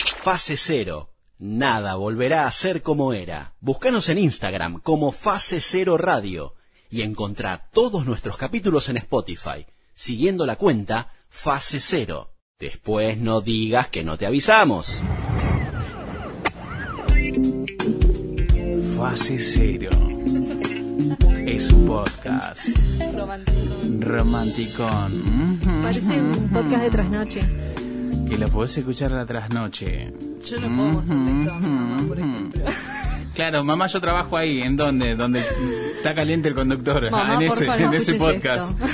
Fase Cero. Nada volverá a ser como era. Búscanos en Instagram como Fase Cero Radio y encontrá todos nuestros capítulos en Spotify, siguiendo la cuenta Fase Cero. Después no digas que no te avisamos. Fase Cero es un podcast Romántico. romanticón ujú, Parece un podcast de trasnoche. que lo podés escuchar la trasnoche. Yo no puedo mostrarle esto a mi mamá, por ejemplo. Claro, mamá, yo trabajo ahí. ¿En dónde? Donde está caliente el conductor. Mamá, en por ese, favor, no en ese escuches podcast. esto.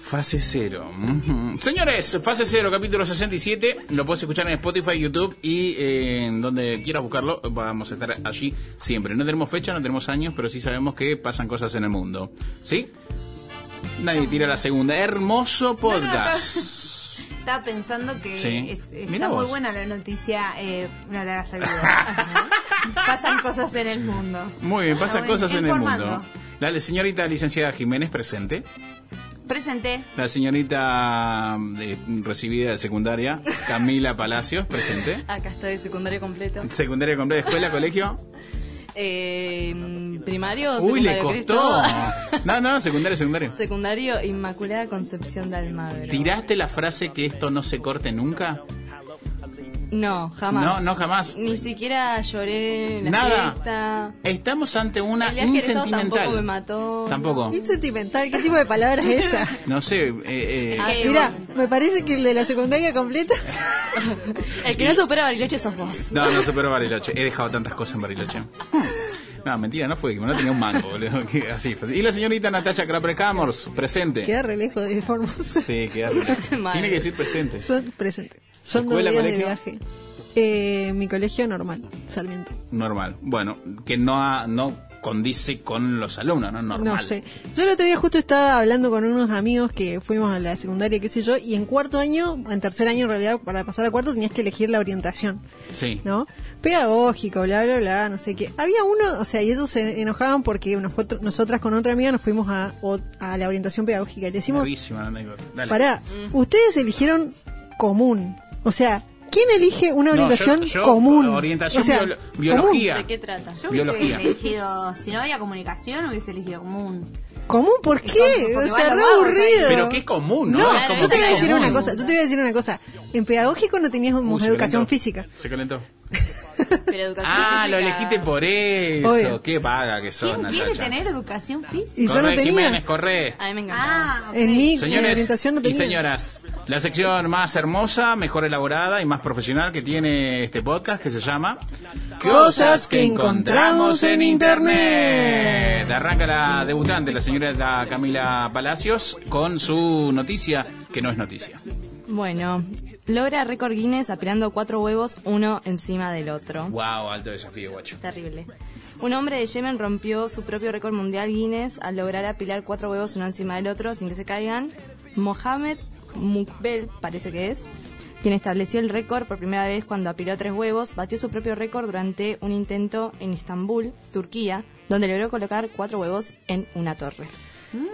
Fase cero. Ujú. Señores, fase cero, capítulo 67. Lo podés escuchar en Spotify, YouTube y eh, en donde quieras buscarlo. Vamos a estar allí siempre. No tenemos fecha, no tenemos años, pero sí sabemos que pasan cosas en el mundo. ¿Sí? Nadie tira la segunda. Hermoso podcast. Estaba pensando que Sí. es- Mirá está muy vos. buena la noticia, eh, no te hagas olvidar. Pasan cosas en el mundo. Muy bien, pasan Bueno, cosas en el informando. mundo. La señorita licenciada Jiménez presente. Presenté. La señorita mm, de- recibida de secundaria, Camila Palacios, presente. Acá estoy, secundario completo. Secundaria completa, escuela, colegio. Eh, mm, primario, Uy, le secundario, ¿querés costó. todo? No, no, secundaria, secundaria. secundario, Inmaculada Concepción de Almagro. ¿Tiraste la frase que esto no se corte nunca? No, jamás. No, no, jamás. Ni siquiera lloré en la Nada. fiesta. Estamos ante una El viaje egresado insentimental. tampoco me mató. Tampoco. Insentimental, ¿qué tipo de palabra es esa? No sé, eh, eh, Ah, sí, Mira, bueno. me parece que el de la secundaria completa. El que no supera Bariloche sos vos. No, no superó Bariloche. He dejado tantas cosas en Bariloche. No, mentira, no fue. No tenía un mango, boludo. Que Así fue. Y la señorita Natasha Craprecamors, presente. Queda re lejos de Formosa. Sí, quedaste. Mal. Tiene que decir presente. Son presentes. Son dos ¿Escuela, días de colegio? viaje. Eh, mi colegio normal, Sarmiento. Normal. Bueno, que no, ha- no condice con los alumnos, ¿no? Normal. No sé. Yo el otro día justo estaba hablando con unos amigos que fuimos a la secundaria, qué sé yo, y en cuarto año, en tercer año en realidad, para pasar a cuarto tenías que elegir la orientación. Sí. ¿no? Pedagógico, bla, bla, bla, no sé qué. Había uno, o sea, y ellos se enojaban porque nosotros, nosotras con otra amiga nos fuimos a, o- a la orientación pedagógica y le decimos, Bravísima la anécdota. Dale. pará, ustedes eligieron común, o sea, ¿quién elige una No, yo- orientación yo, común? orientación O sea, biolo- común. biología. ¿De qué trata? Yo Biología. hubiese elegido, si no había comunicación, hubiese elegido común. ¿Común? ¿Por qué? porque O sea, van re los vagos, aburrido. Pero qué común, ¿no? No, Es como yo te voy a qué decir común. una cosa, yo te voy a decir una cosa. En pedagógico no teníamos Uy, se educación calentó. física. Se calentó. Pero educación Ah, física- lo elegiste por eso. Obvio. Qué vaga que sos, ¿Quién Natalia. quiere tener educación Y física? yo no Corre, tenía. Jiménez, corre. A mí me encantaba. Ah, ok. En mi Señores orientación no y tenía. señoras, la sección más hermosa, mejor elaborada y más profesional que tiene este podcast que se llama Cosas que encontramos en Internet. Arranca la debutante, la señora Camila Palacios, con su noticia que no es noticia. Bueno, logra récord Guinness apilando cuatro huevos uno encima del otro. Wow, alto desafío, guacho. Terrible. Un hombre de Yemen rompió su propio récord mundial Guinness al lograr apilar cuatro huevos uno encima del otro sin que se caigan. Mohamed Mukbel, parece que es, quien estableció el récord por primera vez cuando apiló tres huevos, batió su propio récord durante un intento en Estambul, Turquía, donde logró colocar cuatro huevos en una torre.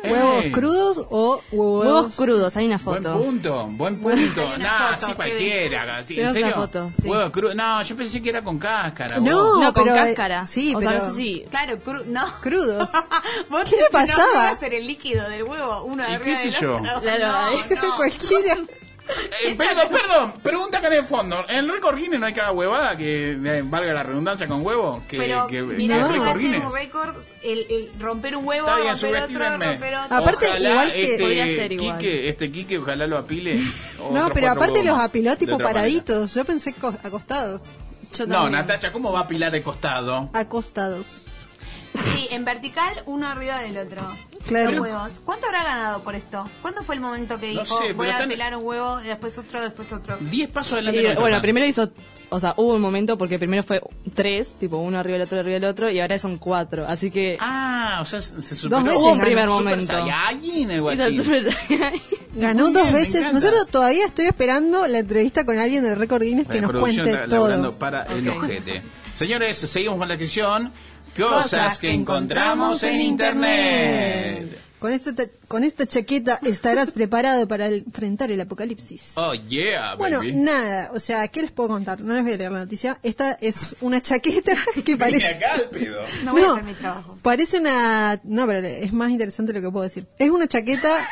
Eh, ¿Huevos Ey. crudos o huevos, Huevos crudos, hay una Buen foto. punto, buen punto. una Nah, foto, sí qué cualquiera. sí, ¿En Tenemos una serio? foto, sí. Huevo crudo. No, yo pensé que era con cáscara. vos. No, No, con pero, eh, cáscara. sí, o sea, pero- no sé si Claro, cru- no. crudos? ¿Vos ¿Qué le no, pasaba? no va a ser el líquido del huevo, uno ¿Y arriba qué sé del yo? otro. Claro, No, ahí. no. Cualquiera. Eh, perdón, perdón, pregunta acá en el fondo. ¿En el récord Guinness no hay cada huevada que eh, valga la redundancia con huevo? Que, Pero que, mirá, que no. el si récord va a ser Guinness. un récord, el, el romper un huevo, Está bien, romper otro, subestimenme. romper otro. Aparte, Ojalá igual que- este Podría ser igual. Quique, este Quique, ojalá lo apile. No, otros pero cuatro aparte huevos los más, apiló de tipo otra manera. paraditos. Yo pensé co- acostados. yo No, también. Natacha, ¿cómo va a apilar de costado? Acostados. Sí, en vertical, uno arriba del otro. Claro. Los huevos. ¿Cuánto habrá ganado por esto? ¿Cuándo fue el momento que No dijo, sé, voy pero a están- apilar un huevo, después otro, después otro? Diez pasos Y, adelante. de nosotros, bueno, ¿no? primero hizo, o sea, hubo un momento porque primero fue tres, tipo uno arriba del otro, arriba del otro, y ahora son cuatro. Así que Ah, o sea, se se superó. veces hubo un ganó. primer Super momento. Saiyajin, el Hizo guachín. el Super Saiyan. Ganó Muy bien, dos me veces. encanta. Nosotros todavía estoy esperando la entrevista con alguien del Récord Guinness La que nos producción cuente está laburando todo. para el Ok. ojete. Señores, seguimos con la sección. Cosas que encontramos en en internet. Internet. Con esta, ta- con esta chaqueta estarás preparado para el- enfrentar el apocalipsis. Oh, yeah, Bueno, baby. nada, o sea, ¿qué les puedo contar? No les voy a leer la noticia. Esta es una chaqueta que Vine parece... acá al pedo. No voy a hacer mi trabajo. Parece una... No, pero es más interesante lo que puedo decir. Es una chaqueta...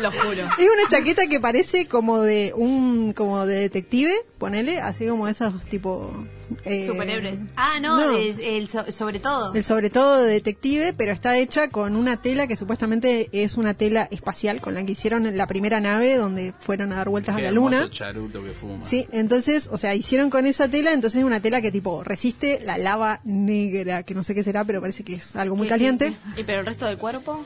Lo juro. Es una chaqueta que parece como de un como de detective, ponele, así como esos tipo eh, Superhéroes. Ah, no, No. es el so- sobre todo. El sobre todo de detective, pero está hecha con una tela que supuestamente es una tela espacial con la que hicieron la primera nave donde fueron a dar vueltas Qué a la hermoso luna. charuto que fuma. Sí, entonces, o sea, hicieron con esa tela, entonces es una tela que tipo resiste la lava negra, que no sé qué será, pero parece que es algo muy Que caliente. ¿Y pero el resto del cuerpo?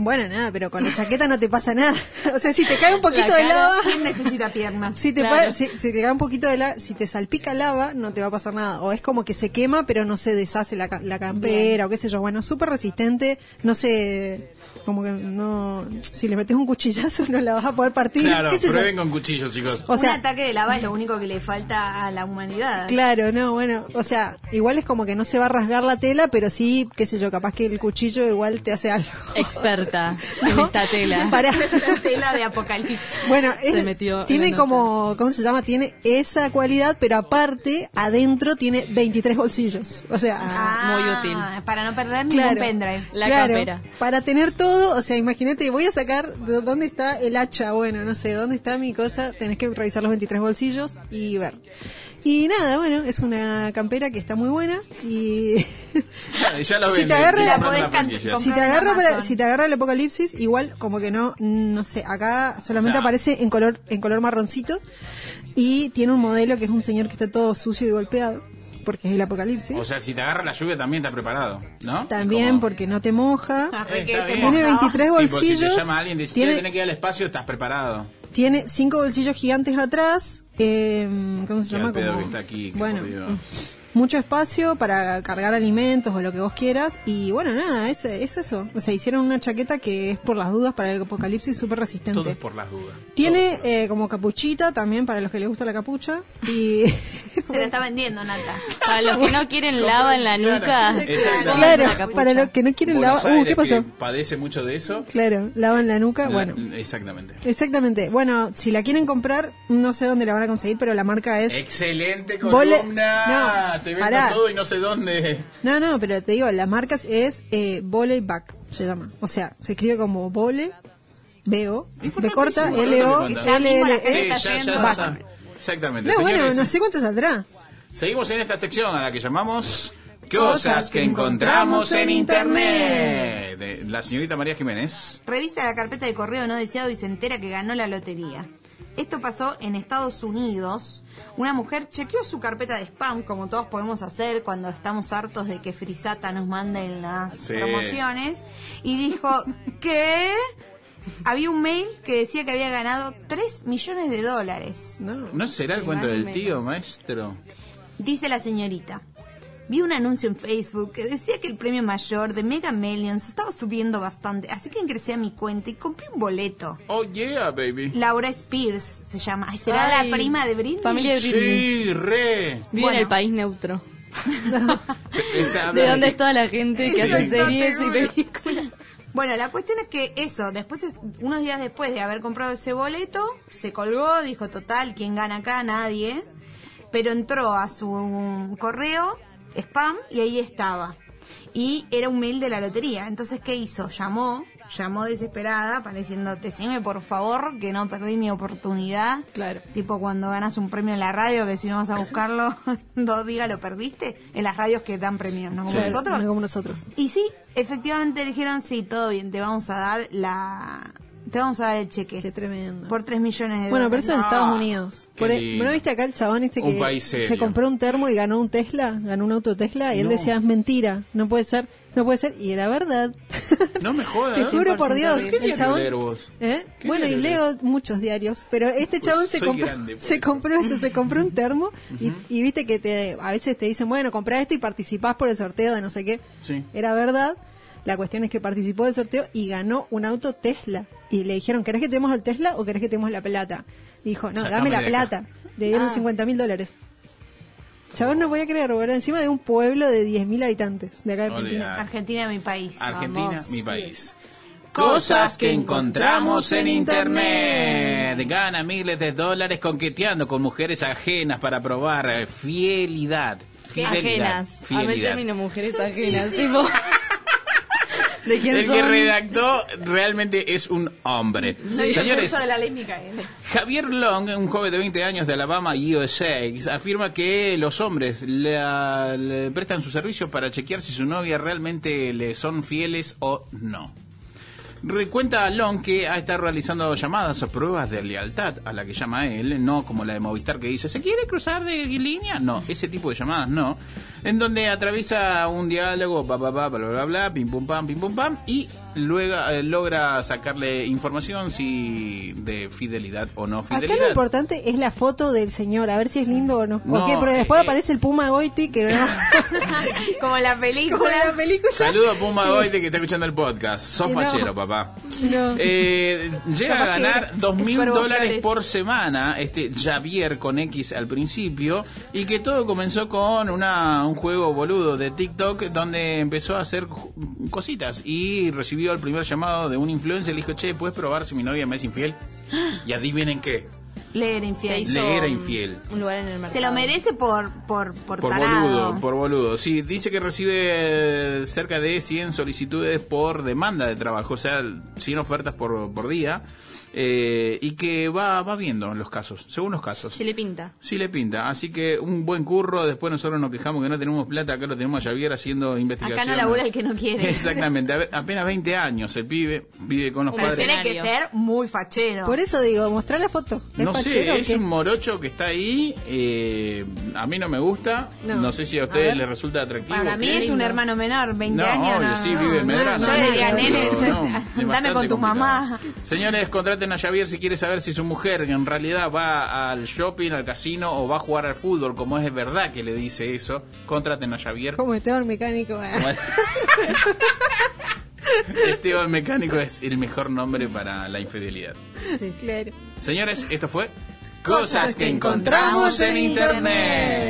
Bueno, nada, pero con la chaqueta no te pasa nada. O sea, si te cae un poquito de cara. lava, ¿Quién necesita piernas? Si te, Claro. pa- si, si te cae un poquito de la, si te salpica lava, no te va a pasar nada. O es como que se quema, pero no se deshace la, ca- la campera o qué sé yo. Bueno, súper resistente. No sé, como que no. Si le metes un cuchillazo, no la vas a poder partir. Claro, qué sé yo. prueben con cuchillos, chicos. O sea, un ataque de lava es lo único que le falta a la humanidad. claro, no, bueno. O sea, igual es como que no se va a rasgar la tela, pero sí, qué sé yo, capaz que el cuchillo igual te hace algo. Experta en ¿No? esta tela. Pará. La tela de apocalipsis. Bueno, Se es- metió en la tiene nota. como, ¿cómo se llama? Tiene esa cualidad, pero aparte, adentro tiene 23 bolsillos. O sea, muy útil. Para no perder claro. Eh, ningún Ah, pendrive. Ah. La Claro, campera. Para tener todo, o sea, imagínate, voy a sacar, ¿de ¿dónde está el hacha? Bueno, no sé, ¿dónde está mi cosa? Tenés que revisar los 23 bolsillos y ver. Y nada, bueno, es una campera que está muy buena y... ya lo Si venden, te agarra- ya La mandan podés la franquicia. cantar- si te en agarra para- Amazon. si te agarra el apocalipsis igual como que no no sé acá solamente O sea- aparece en color en color marroncito y tiene un modelo que es un señor que está todo sucio y golpeado porque es el apocalipsis O sea, si te agarra la lluvia también está preparado, ¿no? también Como- porque no te moja Ah, Eh, que está te bien. tiene mojaba. 23 Tipo, si bolsillos te llama alguien y dice, tiene... tiene que ir al espacio, estás preparado. tiene cinco bolsillos gigantes atrás eh, cómo se Ya, llama el pedo Como- que está aquí, que bueno jodido. mucho espacio para cargar alimentos o lo que vos quieras. Y bueno, nada, es, es eso. O sea, hicieron una chaqueta que es por las dudas para el apocalipsis súper resistente. Todo es por las dudas. Tiene eh, como capuchita también para los que les gusta la capucha. Y Te la está vendiendo, Nata. Para los que no quieren lava en la nuca, Claro, exactamente. pónganse la claro, capucha. para los que no quieren Buenos lavar. Uh, Aires, ¿qué pasó? que padece mucho de eso. Claro, lavan la nuca. Ah, Bueno, La- Exactamente. exactamente. Bueno, si la quieren comprar, no sé dónde la van a conseguir, pero la marca es. Excelente Vos le- columna. No, te vendo pará. todo y no sé dónde. No, no, pero te digo, las marcas es eh, Volleyback, se llama. O sea, se escribe como Vole, B-O, B corta, Importantísimo. L-O, Ya L-L-E. sí, ya, ya, ya, Back. ya. Exactamente. No, bueno, Señores, no sé cuánto saldrá. Seguimos en esta sección a la que llamamos Cosas que encontramos en Internet. De la señorita María Jiménez. Revisa la carpeta de correo no deseado y se entera que ganó la lotería. Esto pasó en Estados Unidos. Una mujer chequeó su carpeta de spam, como todos podemos hacer cuando estamos hartos de que Frisata nos manden las Sí. promociones, y dijo que había un mail que decía que había ganado 3 millones de dólares. No. ¿No será el Ni cuento más ni del tío, menos. maestro? Dice la señorita. Vi un anuncio en Facebook que decía que el premio mayor de Mega Millions estaba subiendo bastante, así que ingresé a mi cuenta y compré un boleto. Oh, yeah, baby. Laura Spears se llama. Ay, ¿Será Ay, la prima de Britney? Familia de Britney. Sí, re. Vive Bueno. en el país neutro. Esta habla ¿De dónde que- es toda la gente que Sí. hace series y películas? Bueno, la cuestión es que eso, después es- unos días después de haber comprado ese boleto, se colgó, dijo, total, ¿quién gana acá? Nadie. Pero entró a su correo, spam, y ahí estaba. Y era un mail de la lotería. Entonces, ¿qué hizo? Llamó, llamó desesperada, pareciendo, decime por favor que no perdí mi oportunidad. Claro. Tipo cuando ganas un premio en la radio, que si no vas a buscarlo, dos días lo perdiste. En las radios que dan premios, ¿no? Como Claro, nosotros. no como nosotros. Y sí, efectivamente dijeron, sí, todo bien, te vamos a dar la... Te vamos a dar el cheque. Qué tremendo. Por 3 millones de Este, Bueno, pero dólares. eso es Estados Unidos. qué Por ahí- lindo. ¿No viste acá el chabón este Un país que serio. se compró un termo y ganó un Tesla? Ganó un auto Tesla y él No. decía, es mentira, no puede ser, no puede ser. Y era verdad. No me jodas. Te juro por 100% Dios. real. ¿Qué El diario chabón... leer vos? ¿Eh? ¿Qué Bueno, y diario leo muchos diarios, pero este chabón se, soy compró, grande, por se eso. compró eso, se compró un termo y, y viste que te, a veces te dicen, bueno, comprá esto y participás por el sorteo de no sé qué. Sí. Era verdad. La cuestión es que participó del sorteo y ganó un auto Tesla. Y le dijeron, ¿querés que te demos el Tesla o querés que te demos la plata? Y dijo, no, Sacame dame la de acá. plata. Le dieron 50 mil dólares. Chabón, no voy a creer, boludo. Encima de un pueblo de 10.000 habitantes de acá de Argentina. Olvidate. Argentina, mi país. Argentina, Vamos. mi país. Cosas que encontramos en internet. Gana miles de dólares conqueteando con mujeres ajenas para probar eh, fidelidad. Fidelidad. Ajenas. A mí Fidelidad. término mujeres ajenas. tipo, ¿De quién El son? que redactó realmente es un hombre. Señores, Eso de la ley Micaela. Javier Long, un joven de 20 años de Alabama, USA, afirma que los hombres la- le prestan su servicio para chequear si su novia realmente le son fieles o no. Recuenta Long que ha estado realizando llamadas o pruebas de lealtad a la que llama él, no como la de Movistar que dice, ¿se quiere cruzar de línea? No, ese tipo de llamadas no. En donde atraviesa un diálogo, pa, pa, pa, bla, bla, bla, bla, pim, pum, pam, pim, pum, pam, y luego eh, logra sacarle información si de fidelidad o no Acá fidelidad. lo importante es la foto del señor, a ver si es lindo o no. No, ¿Por qué? Porque después eh, aparece el Puma Goiti que no. Como la Como en película. la película. Saludo a Puma Goite que está escuchando el podcast. Sos Que no. fachero, papá. No. Eh, llega a Capaz que ganar dos mil Cuervo dólares Flores. por semana, este Javier con X al principio, y que todo comenzó con una, un juego boludo de TikTok donde empezó a hacer ju- cositas y recibió el primer llamado de un influencer. Le dijo, che, ¿puedes probar si mi novia me es infiel? ¡Ah! Y adivinen qué, Leer Se infiel. hizo le era un- infiel. Un lugar en el mercado. Se lo merece por, por, por, Por tarado. boludo, por boludo. Sí, dice que recibe eh, cerca de 100 solicitudes por demanda de trabajo, o sea, 100 ofertas por, por día, eh, y que va, va viendo los casos, según los casos. Se le pinta. Sí le pinta, así que un buen curro, después nosotros nos quejamos que no tenemos plata, acá lo tenemos a Javier haciendo investigación. Acá no labura el que no quiere. Exactamente, a ver, apenas 20 años el pibe, vive con los Un Pero padres. tiene que ser muy fachero. Por eso digo, mostrar la foto. ¿Es No fachero o sé, es qué? un morocho que está ahí, eh, a mí no me gusta, no, No. sé si a A ustedes ver. les resulta atractivo. Para mí ¿Ustedes? es un hermano menor, 20 No, años. obvio, no, sí, no, vive no, Medrano. Yo no, diría, no, nene, no, yo- no, es andame bastante con complicado. tu mamá. Señores, contraten a Javier si quiere saber si su mujer en realidad va al shopping, al casino o va a jugar al fútbol, como es verdad que le dice eso. Contraten a Javier. Como Esteban Mecánico. eh. Esteban Mecánico es el mejor nombre para la infidelidad. Claro. Señores, esto fue Cosas que encontramos en Internet.